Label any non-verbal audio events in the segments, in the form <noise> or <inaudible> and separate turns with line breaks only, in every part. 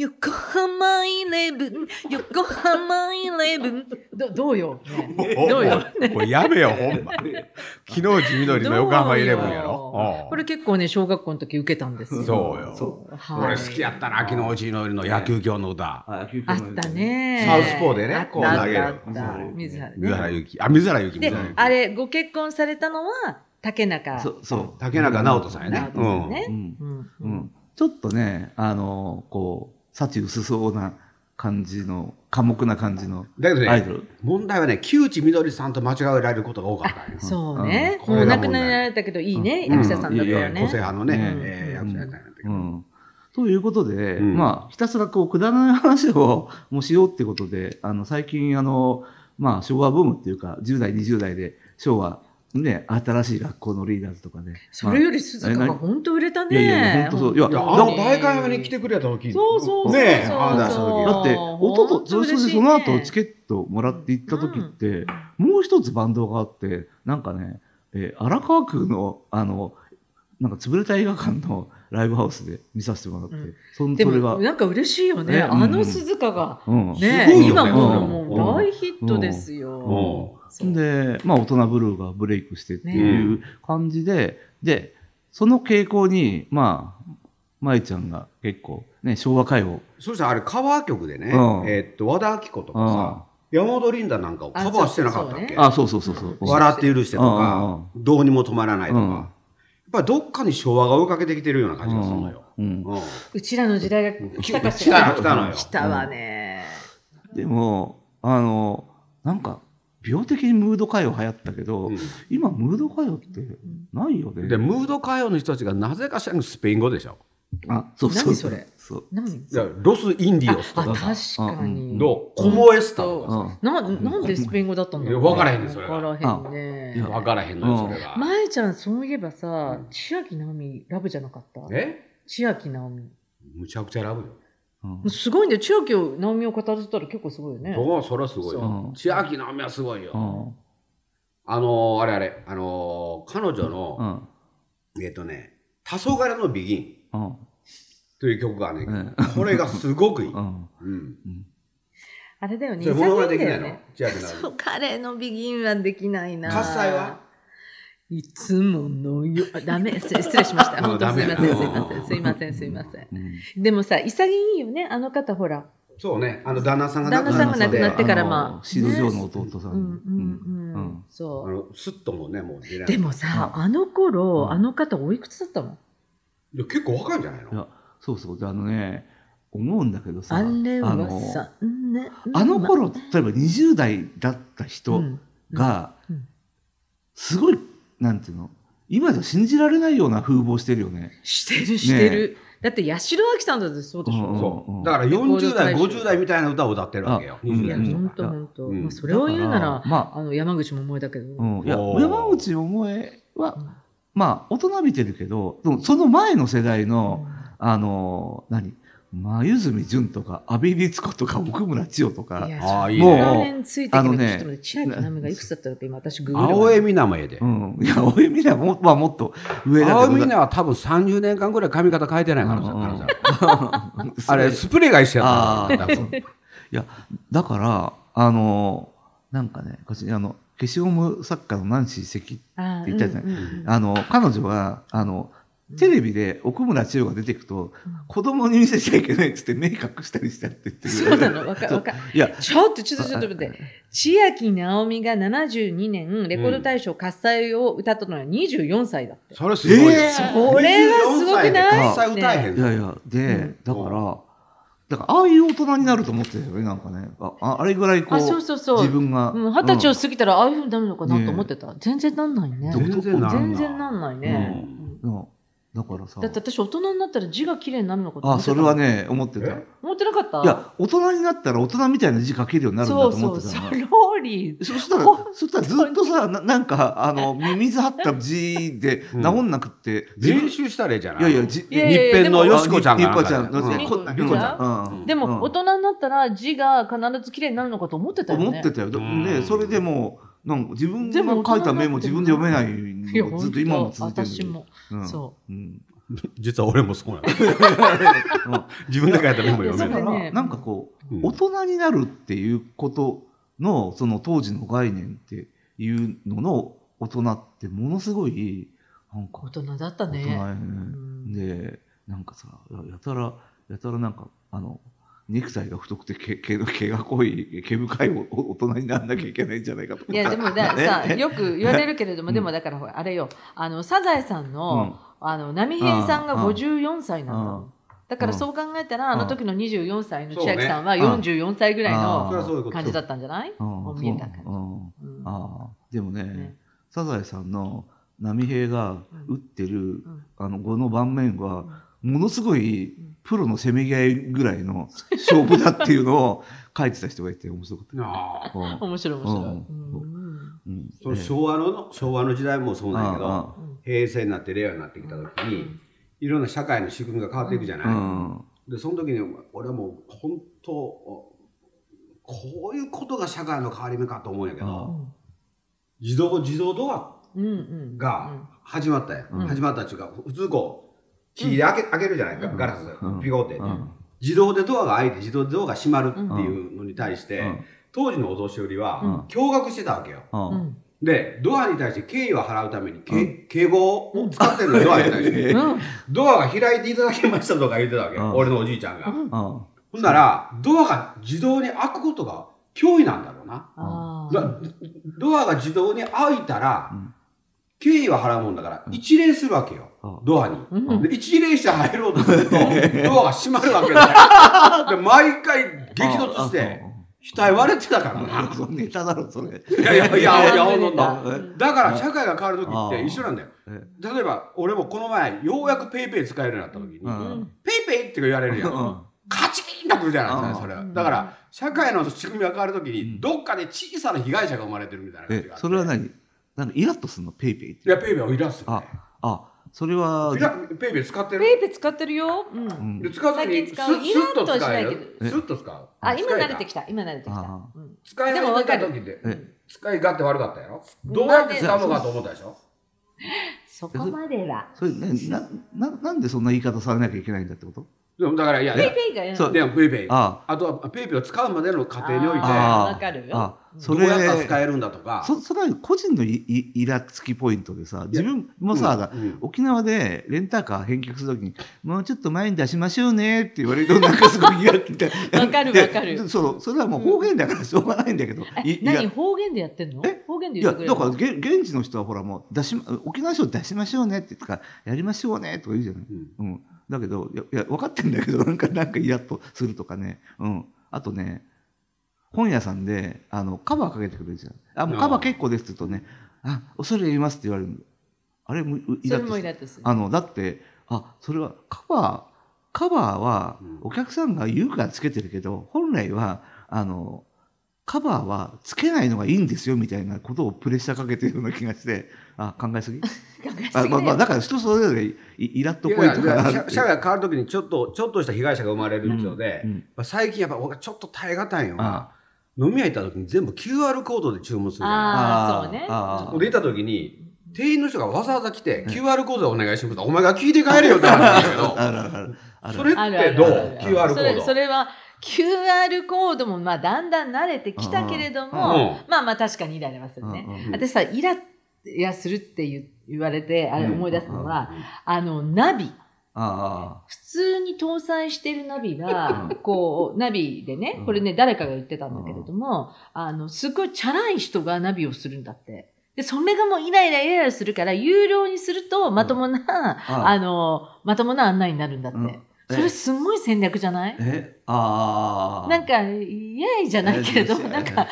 横浜イレブン、横浜イレブン。どどうよ、ね。どうよ。
これやめよ、ほんま。昨日地緑の横浜イレブンや
どうよ
ろ。うん
これ結構ね、小学校の時受けたんですよ。
そうよ。
そう。
はい、
これ好きやったな、昨日地緑の野球教の歌。
あ
あった。ね。
サウスポーでね
あった
こう投げる
あったあった水原
水原
ね。
ゆき。あ、水原ゆき。水
で
原ゆき、
あれ、ご結婚されたのは、竹中。
そうそう。
竹中直人さんや
直
ね。
人さんね
うん。
うん
う。ん。ちょっとね、あの、こう、幸薄そうな感じの、寡黙な感じの
だけど
アイ
ね、
ドル。
問題はね、木内みどりさんと間違えられることが多かったんよ。
そうね。
うんこ
もう
れが
亡
問題
くなられたけど、いいね、
うん
役者さんだったよ
ええ個
ね。
性派のね
ね、
ええ役者やったんやけ
う
ど。
ん。ということで、
うん
まあ、ひたすらこう、くだらない話をもうしようってことで、あの、最近、あの、まあ、昭和ブームっていうか、10代、20代で、昭和、ね、新しい学校のリーダーズとかね。
それより鈴鹿
あれ
が
何
本当売れた
いやいやい
ね
や。本当そういや
いや、あの大会に来てくれた時。
そうそうそうそう
ねえ、ああ出した
そう
時。
だって、
本
音と、
当
そ
嬉しいね
してその後、チケットもらって行った時って、もう一つバンドがあって、なんかね、えー荒川区の、あの、なんか潰れた映画館のライブハウスで見させてもらって、
うん
そん
で
それが
も、、なんか嬉しいよね。
ね
あの鈴鹿が。
うん。
ね
すごいよ
今
ね
もう
うん
もう大ヒットです
うん
よ。そう
で、まあ、大人ブルーがブレイクしてっていう感じで、で、その傾向に、まあ、舞ちゃんが結構、ね、昭和歌謡、
そしたらあれカバー曲でね、
うん
えーっと和田アキ子とかさ
あ
山本リンダなんかをカバーしてなかったっけ
あ、そうそうそうそう。
うん
笑って許してとか、どうにも止まらないとか、
うん
やっぱりどっかに昭和が追いかけてきてるような感じがするのよ。
うん
うん
うちらの時代が来たかし
来
ら。
た来たのよ
来たわね。
でも、あの、なんか、病的にムード歌謡流行ったけど、
う
今、ムード歌謡ってないよ
ん
ね。
でムード歌謡の人たちがなぜかしらのスペイン語でしょ。
あ、そうそう。
何それ
そう。
何
だからロス・インディオス
あ、
とか
確
さ
かに。
どうコモエスタとか
うん
ななんでスペイン語だったんだろう
いや分からへんねそれが
分からへんね
あい。や
分からへんのよそれが。
前ちゃん、そういえばさ、千秋直美、ラブじゃなかった
え
千秋直美。も
むちゃくちゃラブよ。
うん
うすごいんだよ。千秋を直美を語ってたら結構すごいよね。
そうそれはすごいよ
そ。う
千秋直美はすごいよ。
うん
あのーあれあれ、あのー彼女
う
の、
ん
えっ、とね、黄昏のビギン
うん
という曲がね、
うん
これがすごくいい。う
う
んん。
あれだよね。
それ、ものまね
潔
で
いん
き
だ
ない
よ
の
ね。
千秋直
そう、彼のビギンはできないな。
美。喝采はい
つものよ。あダメ。す失礼しました。
も
本
う
当
ダ
す
メ
いません、
うん
すいません、すいません、すいません。
うん
でもさ、潔いよね。あの方、ほら。
そうね、あの旦那さんが
旦那さんが亡くなってから
あの
まあ
シルジョーの弟さ
うんん
に。
うんう
うんん。
あ
そう。
の、すっともね、もう出ない
でもさ、あの頃、
うん
あの方、おいくつだったの
いや結構若いんじゃない
い
の
やそうそうであのね思うんだけどさ
あれは
の
さ、ね
あの頃例えば20代だった人
うん
が、
うんうん
すごいなんていうの今じゃ信じられないような風貌してるよね。
してるしてる、だって八代亜紀さんだってそうでしょ、
うんうん
そう。だから40代、50代みたいな歌を歌ってるわけよ。
あ
20代の
いや
人
本
が。
当本当、
うん
まあ、それを言うなら
だからまあ
あの山口百恵だけど、
うん、いや
おー
山口百恵は、
うん
まあ大人びてるけどでもその前の世代
うん
の、あの何黛淳とか阿部律子とか奥村千代とか
いやそ
あーいい
れ
ね
長年ついてき
あの
て
ね
ちょっと待って千秋直美がいくつだったのか今私グーグル
青江みなもええで
う。ん、いや青江美奈も,、まあ、もっと上だけど
青江みなは多分30年間ぐらい髪型変えてない可能性
うん
あるじゃんあ
あ
れ、
れ
スプレーが一緒や
あ
った
ー
多分。
だからあのなんかね私あの消しゴム作家のナンシー関
あ
って言ったじゃ
うんうんうん
あの彼女はあのテレビで奥村千代が出てくと、
うん
子供に見せちゃいけないっつって目隠したりしちゃってってい
そうなのわか
そう
わか
いや
ちょっとちょっとちょっと待って千秋直美が72年レコード大賞喝采を歌ったのは24歳だって、
それすごいよ。
え
ーそれはすごくない
24歳で喝采歌えへん
い
の
やいや、で、
うん
だから、だから、ああいう大人になると思ってたよね、なんかね。あああれぐらいこう、
あそうそうそう
自分が。
うん二十歳
う
を
ん
過ぎたらああいうふうになるのかなと思ってた、全然なんないね
全然ならん
全
な
然なんないね、
うん
だからさ、
だって私大人になったら字が綺麗になるのかと思っ
あ、
てた
それはね、思ってた。い
え
思ってなかった
や、大人になったら大人みたいな字書けるようになるんだと思ってたの。
そうそうそうローリー
そしたら
本当、
そしたらずっとさ、ななんか、あの、 <laughs> ミミズ張った字で治
うん
んなくって、自分
練習したらええじゃない
いやいや、じ、
いやいや
日編のよしこちゃん
ゆ
が
っ
なん
こ
か
ち
ね。う
ゃん、
ん
ゆっこ
うん
ゆっこちゃん。うん
でも、
うん
大人になったら字が必ず綺麗になるのかと思ってたよね
思ってたよ。で
うん
でそれでもうなんか自分
でも
が書いたメモ
大人になっても
自分で読めない
いや
のが
本
ずっと
当
今も続いてるんだ
私も、
<laughs>
けど。うん
そ
うん
実は俺もそうや
うん
自分で書いたメモ読
だ
そう
め
か
だ
ない。
ね
らなんかこう、
うん
大人になるっていうことのその当時の概念っていうのの大人ってものすごいなん
大
か
人だった
大人
ね。
や
う
ね。
ん
でなんかさややたらやたらなんかあのネクタイが太くて毛毛の毛が濃い毛深いおお大人にならなきゃいけないんじゃないかとか
いやでもだ
<laughs> ね
さ
ね
よく言われるけれども、
うん
でもだからほらあれよあのサザエさん
う
の,、
ん
あの波平さんが
うんうん
54歳なんだもん、
うん
だから
うん
そう考えたら、
ん
あの時の24歳の
そう
千秋
ね
さんは
うん
44歳ぐらい
あ
の
それはそういうこと。
感じだったんじゃない、
うん
見えた感じ
うん
うん
あーでもね
ね
サザエさんの波平が打ってる、
うん
あの後の盤面はものすごい
うん
プロのせめぎ合いぐらいの勝負だっていう
<laughs>
のを書いてた人がいて面白かった。
ああ。
うん
面白い面白い、
う
うん
うん
その昭和の、昭和の時代もそうなんやけど、
あ
うん
平成になって令和になってきた時
う
に
ん、
いろんな社会の仕組みが変わっていくじゃ
あう
ない。
ん
で、その時に俺はもう本当、こういうことが社会の変わり目かと思うんやけ
う
ど、
ん
自動、自動ドア
うんうん
が始まったやん、
うん
始まったっていうか普通こうキーで開け,、開けるじゃないか、
うん
ガラス
うん
ピコって、
うん
自動でドアが開いて自動でドアが閉まるっていうのに対して、
うん
当時のお年寄りは、
うん
驚愕してたわけよ
うんうん
でドアに対して敬意を払うために、け
うん
敬語を使ってるのよドアに対して
うん
ドアが開いていただきましたとか言ってたわけ、
うん
俺のおじいちゃんが、
うん
うん
ほんならドアが自動に開くことが脅威なんだろうな
あー
だドアが自動に開いたら、
うん
敬意は払うもんだから
うん
一礼するわけよ、
あ
ドアに。
うん
で一礼して入ろうとすると、ドアが閉まるわけだよ。で、毎回激突して、額割れてたから
あ
な。
そうネタだろそれ。
いやいやい
<laughs>
や、いや、ほんとほんと。
うん
だから社会が変わる時って
あ
一緒なんだよ。
え
例えば、俺もこの前、ようやくペイペイ使えるようになった時に、
うん
ペイペイって言われるやん。カチキンとくるじゃないですか、それ
う。ん
だから、社会の仕組みが変わる時
う
に、
ん
どっかで小さな被害者が生まれてるみたいな感じ
え
があって。
それはい何なんかイラッとするのペイペイって。
や、ペイペイをいらっすよね。
あそれはい
らペイペイ使ってる
ペイペイ使ってるよ、うん
うん
で使わず
最
に
近
ス
使う
スッと
イラッとし
使
な
え
いけど
る
え
スッと使う
あ今慣れて
き
きた今慣れてきた
あ、
うん
使い
で
始
もわ
め
か
た
る
時で
え
使い勝手悪かったやろ
うん
どうやって使うのかと思ったでしょ
そこまでは
それねなななんでそんな言い方されなきゃいけないんだってこと？
でもだからいやい
ペイ
や
ペイがやる
そう
でもペイペイあ
あ
とはペイペイを使うまでの過程において
あ
あ
ーわかるよ
あ
うん
そ
どう
れ
やったら使えるんだとか
そそれは個人のイイイラつきポイントでさ自分もさ、
うんうん
沖縄でレンタカー返却するときにもうちょっと前に出しましょうねって言われるとなんかすごい嫌って
わかるわかる
でそうそれはもう方言だからしょうがないんだけど、い
え
いや
何方言でやってんの
え
方言で
い
言
や
ってくれ
だ
る
から
の
げ現地の人はほらもう出し、ま、沖縄市を出しましょうねって言ってからやりましょうねとか言うじゃない、
うん
うん、だけどいやいや分かってんだけどなんかなんかイラッとするとかね、うん、あとね本屋さんであのカバーかけてくれるじゃん「あもうカバー結構です」って言うとね「あ恐れ入ります」って言われるのあれもうイ
そ
ラ
れ
ッと
も
す
イ
る
ラッとする
あのだってあそれはカバーカバーは
うん
お客さんが言うからつけてるけど本来はあのカバーはつけないのがいいんですよみたいなことをプレッシャーかけてるような気がしてあ考えす
<laughs>
ぎ
考えすぎだ
あ
よ
まあまあだから人それぞれイイラッと
い
ポイン
や
ト
い
があ
や
る
社社会が変わる時にちょっとちょっとした被害者が生まれるので
うんうん
まあ最近やっぱ僕はちょっと耐え難いのは
あ
飲み屋行った時に全部 QR コードで注文するじゃない
ああ
あー
そうね
あー
俺いた時に店員の人がわざわざ来て QR コードでお願いしますお前が聞いて帰れよって話だけ
<laughs>
ど
あるあるあるある
それ
ある
ってどう QR コ
それ
ー
そ
ド
れは QR コードもまあだんだん慣れてきたけれども、
う
まあまあ確かにイライラはするね、
うんうん
私さイライラするって言う言われてあれ
うん
思い出すのは、あのナビ
あ
普通に搭載してるナビが
うん
こうナビでね
うん
これね誰かが言ってたんだけれどもあのすごいチャラい人がナビをするんだって。でそれがもうイライライライラするから有料にするとまともな、
ああ
あのまともな案内になるんだって、
うんえ
それすごい戦略じゃない
えああ
なんか、イエーイじゃないけれど、なんか、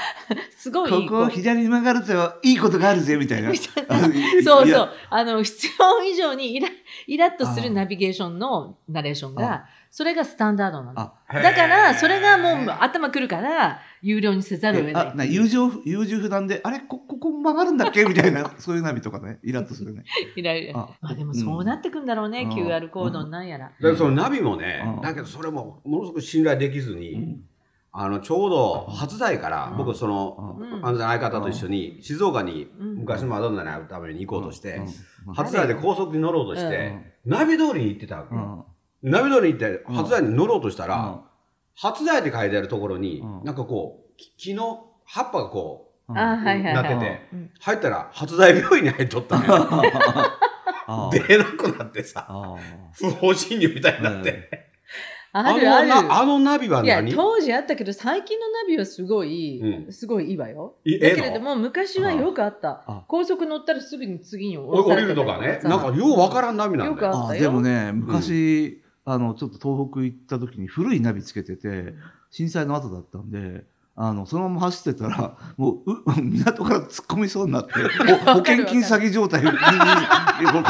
すごい
ここ
こ
を
う
左に曲がるといいことがあるぜみたい
<laughs>
な
みたいなそ
そう
そう。あの、必要以上にイライラッとするナビゲーションのナレーションが、それがスタンダードなの。
あ
だから、それがもう頭くるから、有料にせざるを得
え
な <laughs>
あ
い。
な友情友情不断であれこここ曲がる
<laughs>
んだっけみたいなそういうナビとかねイラッとするね。
イライラ。
あ
<laughs> まあでもそうなってくんだろうね、
うん
QR コードなんやら。
だからそのナビもね、
うん
だけどそれもものすごく信頼できずに、
うん
あのちょうど初代から
うん
僕その、
あ
うん
あの相方と一緒に静岡に
うん
昔のマドンナに会うために行こうとして、
うん
初代で高速に乗ろうとして、
うん
ナビ通りに行ってたわけ。ナビ通りに行って、初台に乗ろうとしたら、初台って書いてあるところに、
うん
なんかこう、き木の葉っぱがこ
う
あ
ん
ーはいはいは
なって
い。
て
うん
う、入ったら、初台病院に入っとったのよ <laughs>
あー
出れなくなってさ、
あ
不法侵入みたいになって。
うん
あるある。
のなあのナビはい
や
何
当時あったけど最近のナビはすごい、
うん
すごいいいわよ。
いええ
だ
の
けれども昔はよくあった
ああ。
高速乗ったらすぐに次に降
お
ろさ
降
れ
り
て
る
た
と
り
かね。
さ
なんかようわからんナビなんだよ。
よ
あ
あった
でもね昔、あのちょっと東北行った時に古いナビつけてて震災の後だったんであのそのまま走ってたらもうう <laughs> 港から突っ込みそうに
<laughs>
なってほ保険金詐欺状態にこ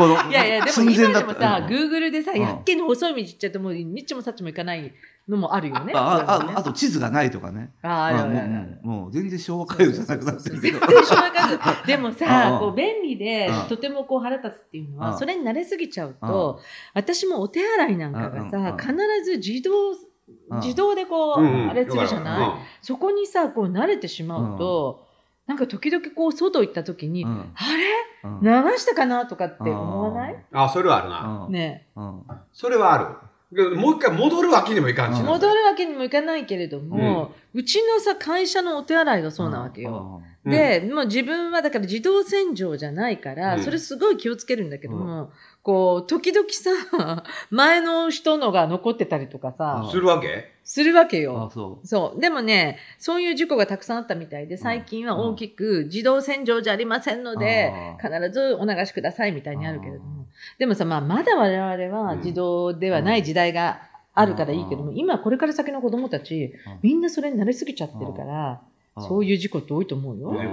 の
いやいやでも
寸前
今
だ
で
っ
も
た
さ、
うん
Google でさ、
うん
やっけの細い道行っちゃってもうニッチもサッチも行かないのもあるよね。
ああ
そういうのね
ああと地図がないとかね
ああるあるあるある
もうもうもう全然昭和歌謡じゃなくなってるけど
そうそうそうそう全然小学生でも
うんう
さ
ん
こう便利で
うん
とてもこう腹立つっていうの
う
は
ん
それに慣れすぎちゃうと私もお手洗いなんかが
うんうんう
さ
ん
必ず自動
うん
自動でこう
うんうん
あれするじゃ
だ
な
か
いそこにさこう慣れてしまうとなんか時々こう外行った時に
う
あ
ん
れ
うん
流したかなとかって思わない
らうんあ、それはあるな。
うん
ね
うん
それはある。けどもう一回戻るわけにもいかんし。
う
戻るわけにもいかないけれどもうちのさ会社のお手洗いがそうなわけよ。
うん
で、もう自分はだから自動洗浄じゃないから、
うん
それすごい気をつけるんだけども、こう、時々さ、前の人のが残ってたりとかさ
あ、
するわけ
するわけ
あ
よ。
そ
そう。でもね、そういう事故がたくさんあったみたいで、最近は大きく自動洗浄じゃありませんの
う
で、
あー
必ずお流しくださいみたいにあるけれども。でもさ、まあ、まだ我々は自動ではない時代があるからいいけども、
う
今これから先の子供たち
うん、
みんなそれに慣れすぎちゃってるから、
あー
そういう事故って多いと思うよ。
ね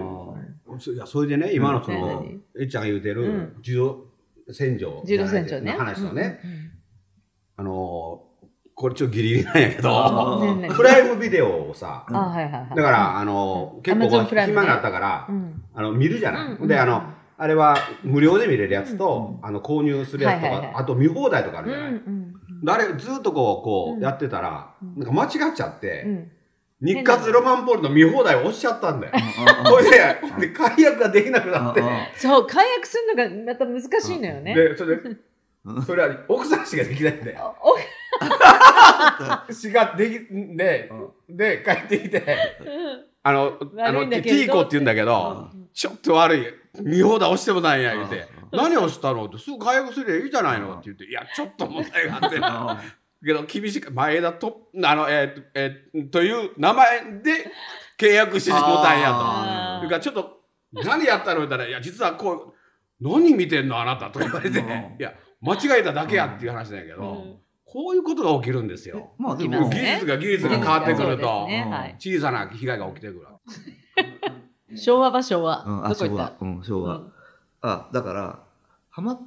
うん
そいやそれでね、今のその
うん、
えっちゃんが言うて
う
る
ん
自動洗浄。
自動洗浄ね。
の話のね。
うん
あのー、これちょっとギリギリなんやけ
あ
ど、
ー
ねえねえ
<laughs> プライムビデオをさ、
あ、はいはいはい。
だから、あのー、結
Amazon
構
プライムね
暇だったから
う、ん、
あの、見るじゃ
うん
な
う
い。
ん
で、あの、あれは無料で見れるやつと、
う
あの、購入するやつと
はいはいはい
か、あと見放題とかあ
う
る
ん
じ
う
ゃ
ん
な
う
い。
ん
であれずっとこう、こ
うん
うやってたら、
うん
なんか間違っちゃっ
う
て、
ん
日活ロマンポールの見放題を押しちゃったんだよ。
うん
これで、で解約ができなくなって、
そう、解約するのがまた難しいのよね。
で、それで
うん、
それは奥さんしかできないんだよ。
お
<laughs> しができ、で、で、帰ってきて、あの、あ
悪い
の、
んだ
テ
けれど
ィーコって言うんだけ
う
ど、
ん
ちょっと悪い。見放題押してもないんや、言うて。
う
何をしたのって、すぐ解約すりゃいいじゃないのって言って、いや、ちょっと問題があってな。
あ
けど厳しく前田とあのえーとえーという名前で契約してしもたんやと。
あー
それからちょっと何やったのみたいな「いや実はこう何見てんのあなた」とか言われて「
うん
いや間違えただけや」っていう話なんやけど、
うん
こういうことが起きるんですよ。
まあで
うん
も
技術が技術が
うん
変わってくる
そう
と、
ですねはい
小さな被害が起きてくる。
昭和は昭和。
うん、
どこ
あ、
行
昭
った
和。うん、昭和。
うん
あ、だから、はま、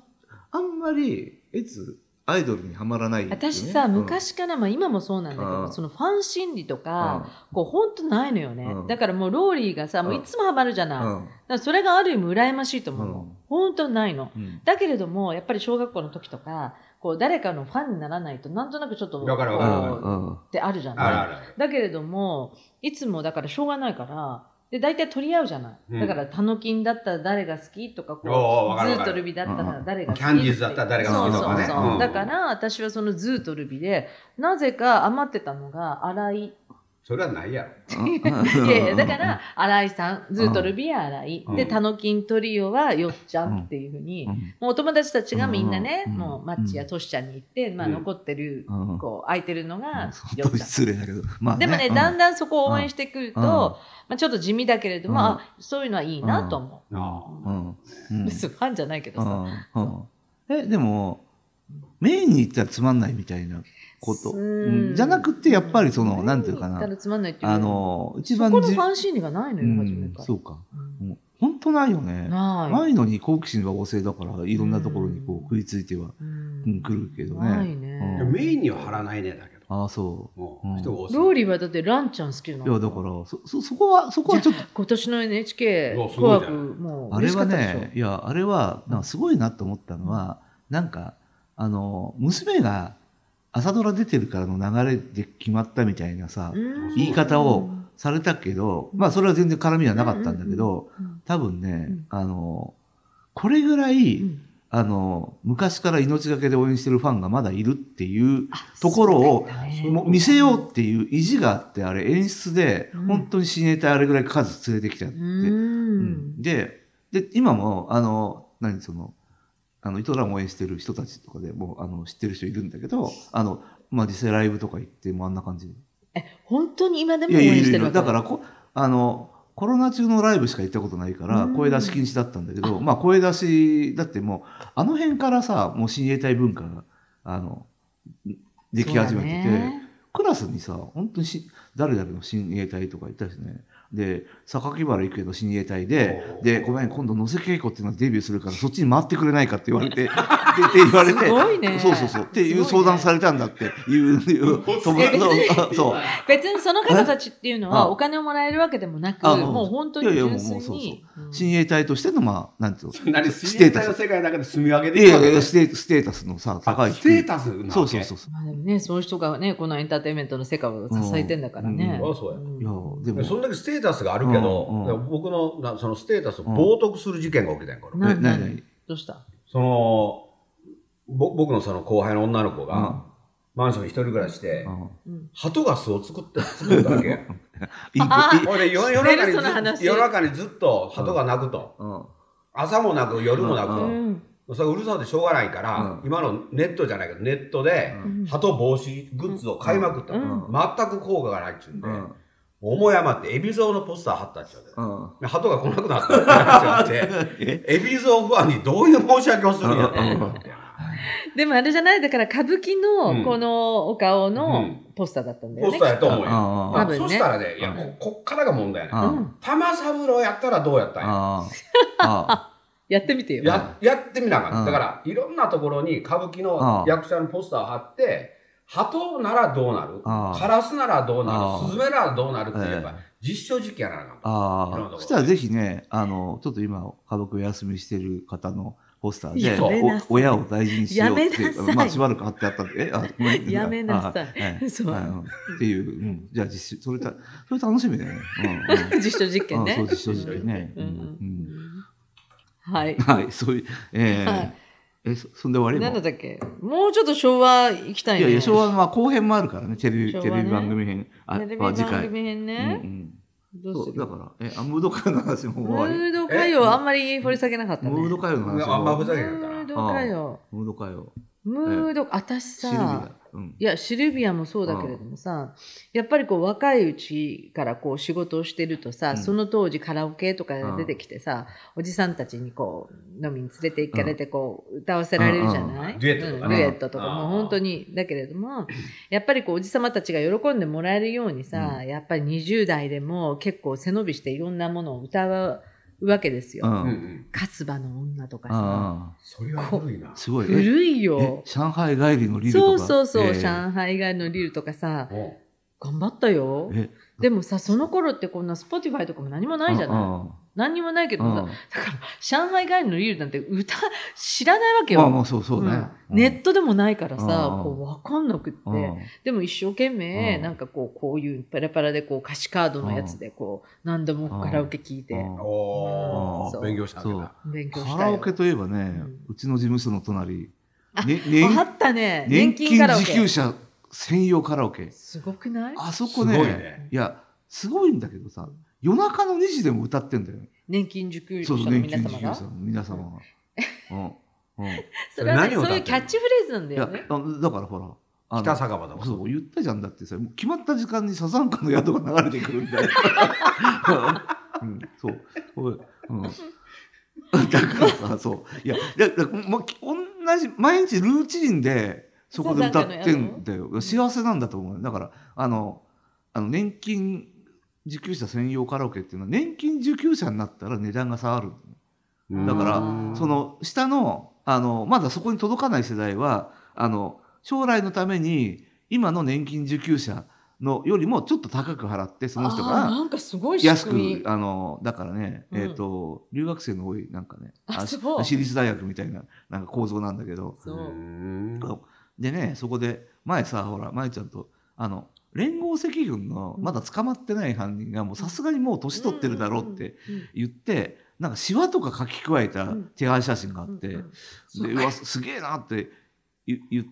あんまり、えつ、アイドルにはまらない、
私さ、、昔から、まあ今もそうなんだけ
う
ど、
ん
そのファン心理と
うん
か、こう本当ないのよね
う。ん
だからもうローリーがさ、もういつもハマるじゃ
う
ない。だか
ん。
らそれがある意味羨ましいと思う
うん
の。本当ないの。
うん。
だけれども、やっぱり小学校の時とか、こう誰かのファンにならないと、なんとなくちょっと、
わかるわ
う
かる
こ
ん
う
うん
ってあるじゃ
あ
な
る
い。
あるある。
だけれども、いつもだからしょうがないから、で、大体取り合うじゃない。
うん
だから、タノキンだったら誰が好きとか、こう、
おーわかる
ズ
わか
ー
る
とルビだったら誰が好き
キャンディーズだったら誰が好きとかね
そうそうそう
うん
だから、私はそのズーとルビで、なぜか余ってたのが、荒井。
それはないやろ。
いやいや、だか、ら、荒井さん、ズーとルビは荒井。
うん
で、タノキントリオはよっちゃんっていうふうに
う、ん
もうお友達たちがみんなね、
うんうん
もうマッチやトシちゃんに行って、まあ
うん
残ってる、
うんうん
こう、空いてるのがよ
本
っ
当
ちゃん。
<laughs> 失礼だけど、まあ、
でもね、だん
だ
だんそこを応援してくると、
うん
まあ、ちょっと地味だけれども、
うん
あそういうのはいいなと思
あ
う。
う
うん
ん。
<laughs>
うん
別にファンじゃないけどさ。
うんうんえ、でも、メインに行ったらつまんないみたいなこと。
うん
うんじゃなくて、やっぱりその、なんていうか
言った
な、
らつまんないっていう
あの、一
そこ
番
のフ
じ
ァン心理がないの
う
よ、初め
ん
か、ら。
そうか。
うん
もう本当ないよね。
ない。
ないのに好奇心は旺盛だからいろんなところにこう食いついては、うん、来るけど
な
ね。
い
いや
ね。
メインには張らないねだけど。
ああそ
も
うん
う人が多すぎ
ロー
る
リーはだってランちゃん好きなの
う。いやだからそそそこはそこはちょっと
今年の NHK
うわす
紅
ごいじゃ
白
ん
もう
あ
嬉
れ
しか
は
ったでしょ
ねいやあれはなんかすごいなと思ったのはなんかあの娘が朝ドラ出てるからの流れで決まったみたいなさ
うん
言
い方をされたけどまあそれは全然絡みはなかったんだけど
うん
多分ね
うん
あのこれぐらい
うん
あの、昔から命がけで応援してるファンがまだいるっていうところを、もう見せようっていう意地があって、あれ演出で
うん、
本当に親衛隊あれぐらい数連れてきちゃって、うんで、で、今も、あの、何、その、あの、伊藤蘭を応援してる人たちとかでもう、あの、知ってる人いるんだけど、あの、まあ、実際ライブとか行ってもあんな感じ。
本当に今で
い
も応
やいや
援
い
して
や
るわけ
だからこ、あの、コロナ中のライブしか行ったことないから
う、ん
声出し禁止だったんだけど、まあ、声出し、だってもう、あの辺からさ、もう親衛隊文化が、あの、でき始め
そ
てて、
うだね
クラスにさ、本当にし誰々の親衛隊とかいたしね。で、榊原郁恵の親衛隊で
お、ー
で、ごめん、今度野瀬恵子っていうのはデビューするから、そっちに回ってくれないかって言われて、 <laughs> でって言われて、
すごいね
そうそうそう、っていう相談されたんだっていう、
<laughs>
いう友
すごい
ね
そうそう。
別にその方たちっていうのは
え
お金をもらえるわけでもなく
あ
もう本当に
いやいや
純粋
もうそう
にうん
親衛隊としての、まあ、なんていうの、
そんなに
ス
水
テ
泳
ータ
隊の
ス。
世界の中で積み上げ
い
て
やいやい
い
や
や
ステ、ステータスのさ、高い。
ステータスなわけ
そうそうそうそ
まあでもねそういう人がねこのエンターテインメントの世界を支えてんだからね、
うん
うんあそうや
う。いや、でも、
そんだけステータスがあるけど、
うんうん
僕のなそのステータスを冒涜する事件が起きたんやから、
な
え、
ん
な
な
になんに
どうした
そのぼ僕のその後輩の女の子が、
うん
マンション一人暮らしで、
うん
うん
鳩ガスを作って <laughs> 作ったわけや
いいこ
あ
いい
俺夜
知っ
夜
てる
中にず
その話
夜中にずっと鳩が鳴くと、
うん
朝もなく夜もなく、
う
うんん
それうるさくてしょうがないから、
うん
今のネットじゃないけどネットで
う、
うん
鳩防止グッズを買いまくったの、
うん
うん
全く効果がないっちゅうんで、
うん
桃山って海老蔵のポスター貼ったっちゅうで、
うん
で鳩が来なくなったって話があって
<laughs> え
海老蔵ファンにどういう申し訳をするんやと
うん
思って。
でもあれじゃないだから歌舞伎
う
の
ん
このお顔
う
の
ん
ポスターだったんだよ
ポ
ね、
スターやと思うよ。
あ
ま
多
あ、
分ね
そしたらね、いや、
うん
ここっからが問題やね。
あ
うん、
玉三郎やったらどうやったんや。
ああ
やってみてよ
ややってみなかっ
う
た。
ん
だから、いろんなところに歌舞伎
あ
の
あ
役者のポスターを貼って、鳩ならどうなる
ああ
カラスならどう
あ
な
あ
るスズメならどうなるってやっぱ
え
実証実験やなのか。
ああそしたらぜひねあのちょっと今家族お休みしてる方のポスターで
や
めなさい
お親を大事にしようって
やめなさい
まあしばらく貼ってあったんでえあごめん
やめなさい
あはい
そう
はいうんっていう、うん、じゃあ実習それたそれ楽しみだよね、
<laughs> 実証実
うん
験
うん、あ
ね
そう実証実験ね、
うん
うんうん
うんはい
はいそういうえー
はい
えそそんで終
何
わり
だ
も
ったっけもうちょっと昭和行きたい
い
ね
やいや昭和は後編もあるからねテレビ
昭和
テ
ね
レビ番組編あ
テレビ
まあ
番
次回、
組編
うん
ね
う、ん
どう
そ
す
うだ
る
からえあムードカーの話も
ム
終わ
ード歌謡あんまり掘り下げなかった
り
ね
ムード歌謡の話も終わり
あんま
ム
ふざけなかったな
ード歌謡
ムード歌謡。
ムード私
シルビ
さ
ア。うん
いやシルビアもそうだけれどもさ、やっぱりこう若いうちからこう仕事をしてるとさ、
うん
その当時カラオケとかが出てきてさ、おじさんたちにこう飲みに連れて行かれてこう歌わせられるじゃない、
うんデュエットとか
ね
うんデュエットとかも
あー
本当にだけれどもやっぱりこうおじさまたちが喜んでもらえるようにさ、やっぱり20代でも結構背伸びしていろんなものを歌うわけです
う。
よ。
うんん。
勝場の女とかさ、
あ
それは古いな
あ、。すごい。え
古い
え
よ。
上海帰りのリル
そ
と
う
か。
そうそう、
えー
上海外のリルとかさ、
おう
頑張ったよ。
え、
でもさ、その頃ってこんな Spotify とかも何もないじゃない、
い。
何にもないけど
う
さ、
ん
だから、上海帰りのリルなんて歌、知らないわけ
まあ
よ。
まあそうそうね。
うんネットでもないからさ、
うん
こうわかんなくって、
うん
でも一生懸命、
うん
なんかこう、こういうパラパラでこう歌詞カードのやつでこう、何度もカラオケ聞いて
うん
お
そ
ー
う
勉強したんだな。
勉強し
カ
た
ラ
よ
オ。ケといえばね、
ん
うちの事務所の隣、
あ
ね
あ
年
ったね。年
年
金
金
カラオケ。
受給者専用カラオケ。
すごくない
あそこ
すごい
ね
ね、
いや、すごいんだけどさ、夜中の2時でも歌ってんだよ。
年金受給者
そう
の
そう、年
皆
金受
様
給
が。
者の皆様が。
<laughs>
うん。うん。
それはね、
何を
そう
歌
い
っ
う
てる
キャッチフレーズなんだ
い
よ
や、
ね。
あだからほら、あの
北酒場とか。
そう言ったじゃんだってさもう決まった時間にサザンカの宿が流れてくるんだよ。うん、そうおいうん、 <laughs> だからさそういやだだま、同じ毎日ルーチンでそこで歌ってんだよ幸せなんだと思うよだからあのあの年金受給者専用カラオケっていうのは年金受給者になったら値段が下がるだから
うん
その下のあのまだそこに届かない世代はあの将来のために今の年金受給者のよりもちょっと高く払ってその人
あー
が
なんかすごい仕
安
組
く
み。
あのだからね、
うん
えっ、と留学生の多いなんかね
あ
あ
すごい
私立大学みたいななんか構造なんだけど
そう
うん
でねそこで前さほら前ちゃんとあの連合赤軍のまだ捕まってない犯人がもうさすがにもう年取ってるだろうって言って、なんかシワとか書き加えた手配写真があ
あ
って、で、うわ、すげえなって言言っ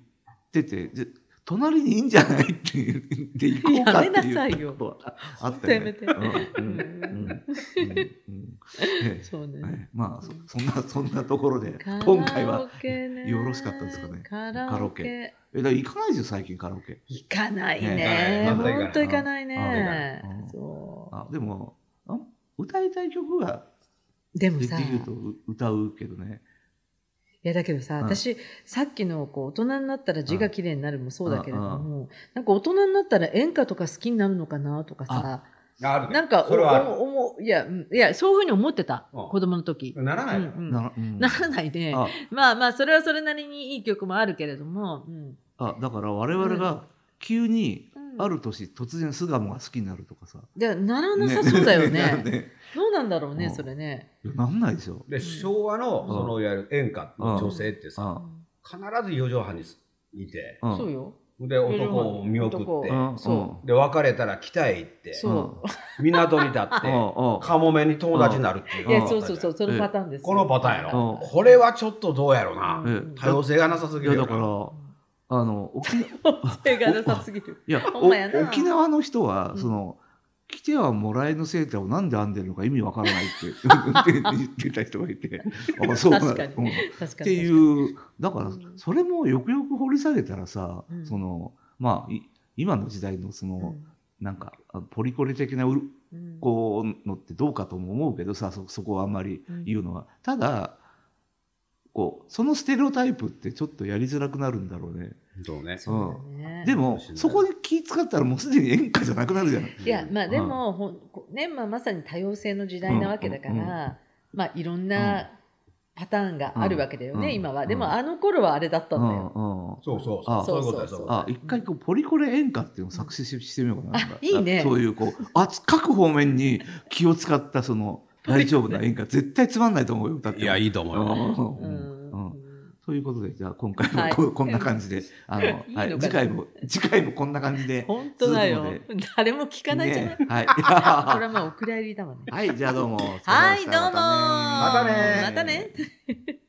てて、で隣にいいんじゃないって言って行こうかって
<laughs>
いう。
やめなさいよ
ことはあった
や
よ
め
ね。
て
うんうんうんうんえ
そう
え
ね
ねまあそそんなそんなところで
カラオケね
今回はよろしかったですかね
カラ
カラ
オ
オ
ケ
ケえだから行かないですよ最近カラオケ
行かない
ね
ね
え
本当行かないね
うんうん
そ
あでもあ歌いたい曲は
うでも
でき
さ
るとう歌うけどね
いやだけどさ、
うん
私さっきのこう大人になったら字が綺麗になるもそうだけれど
う
も、なんか大人になったら演歌とか好きになるのかなとかさ、
あるね
なんか
それはある
おおおいやうんいやそういうふうに思ってた、
うん
子供の時、
なら
う
ない
ん
の
うん
な,、うん
ならないで、
あ
まあまあそれはそれなりにいい曲もあるけれども、うん
あだから我々が急に
うん
ある年突然巣鴨が好きになるとかさ、
いやならなさそうだよ
な
ね
んで
<laughs> どうなんだろうね、
うん
それね、
いやなんないですよ
で昭和の
うん
そのいわゆる演歌の女性って
う
さ
ん
必ず四畳半にいて
うん
そうよ
で男を見送っ
四畳
て
半
うん
そ
で別れたら北へ行って
そう
港に立っ
<laughs> うん
て
うん
カモメに友達になるっていう
うん
いや
のがあ
そ
っ
う
た
そう
じゃ
んそうそのパターンです
このパターンやろ
うん
これはちょっとどうやろう
う
なん多様性がなさす
い
ぎ
や
るよ
だ
な
からあの沖縄
手がなさすぎる
い
<laughs>
や
ほんまやな
お沖縄の人は、
うん
その来てはもらえぬセーターをなんで編んでるのか意味わからないって <laughs> って言ってた人が
<laughs>
いてあ <laughs> そうなんだ
確かに
うんっ
確かに
ていうだから
うん
それもよくよく掘り下げたらさ、
うん
そのまあい今の時代のその、
うん
なんかあポリコレ的なう
うん
こうのってどうかとも思うけどさそそこはあんまり言うのは、ただこうそのステレオタイプってちょっとやりづらくなるんだろうね。
そうね
そうだね
で
か
も
もしれない
そこに気使ったらもうすでに演歌じゃなくなるじゃん。
いやまあでも、ほんこねまあ、まさに多様性の時代なわけだから、
うんうんうん
まあ、いろんなパターンがあるわけだよね、
うん
今
う
は
ん
でも、あの頃はあれだったんだよ、
うんうん
そうそうそう
あ
そういうことだそういうことだ
あ一回こうポリコレ演歌っていうのを作詞ししてみようかななんか
<laughs> あいいね
そういうこうあ各方面に気を使ったその大丈夫な演歌絶対つまんないと思うよ歌っても
いやいいと思う
うん
よ
う
うん
ん
うんということでじゃあ今回
はい
もこ,、こんな感じであ
<laughs>
の
いいのか
は
な
い、次回も次回もこんな感じで
本当だよ
そういうこ
<laughs> 誰も聞かないじゃない、
ねはい
こ <laughs> れはまあお蔵入りだわね
はいじゃあどうもお疲れ様
は
で
い
し
どう
た
も
またね
またね
またね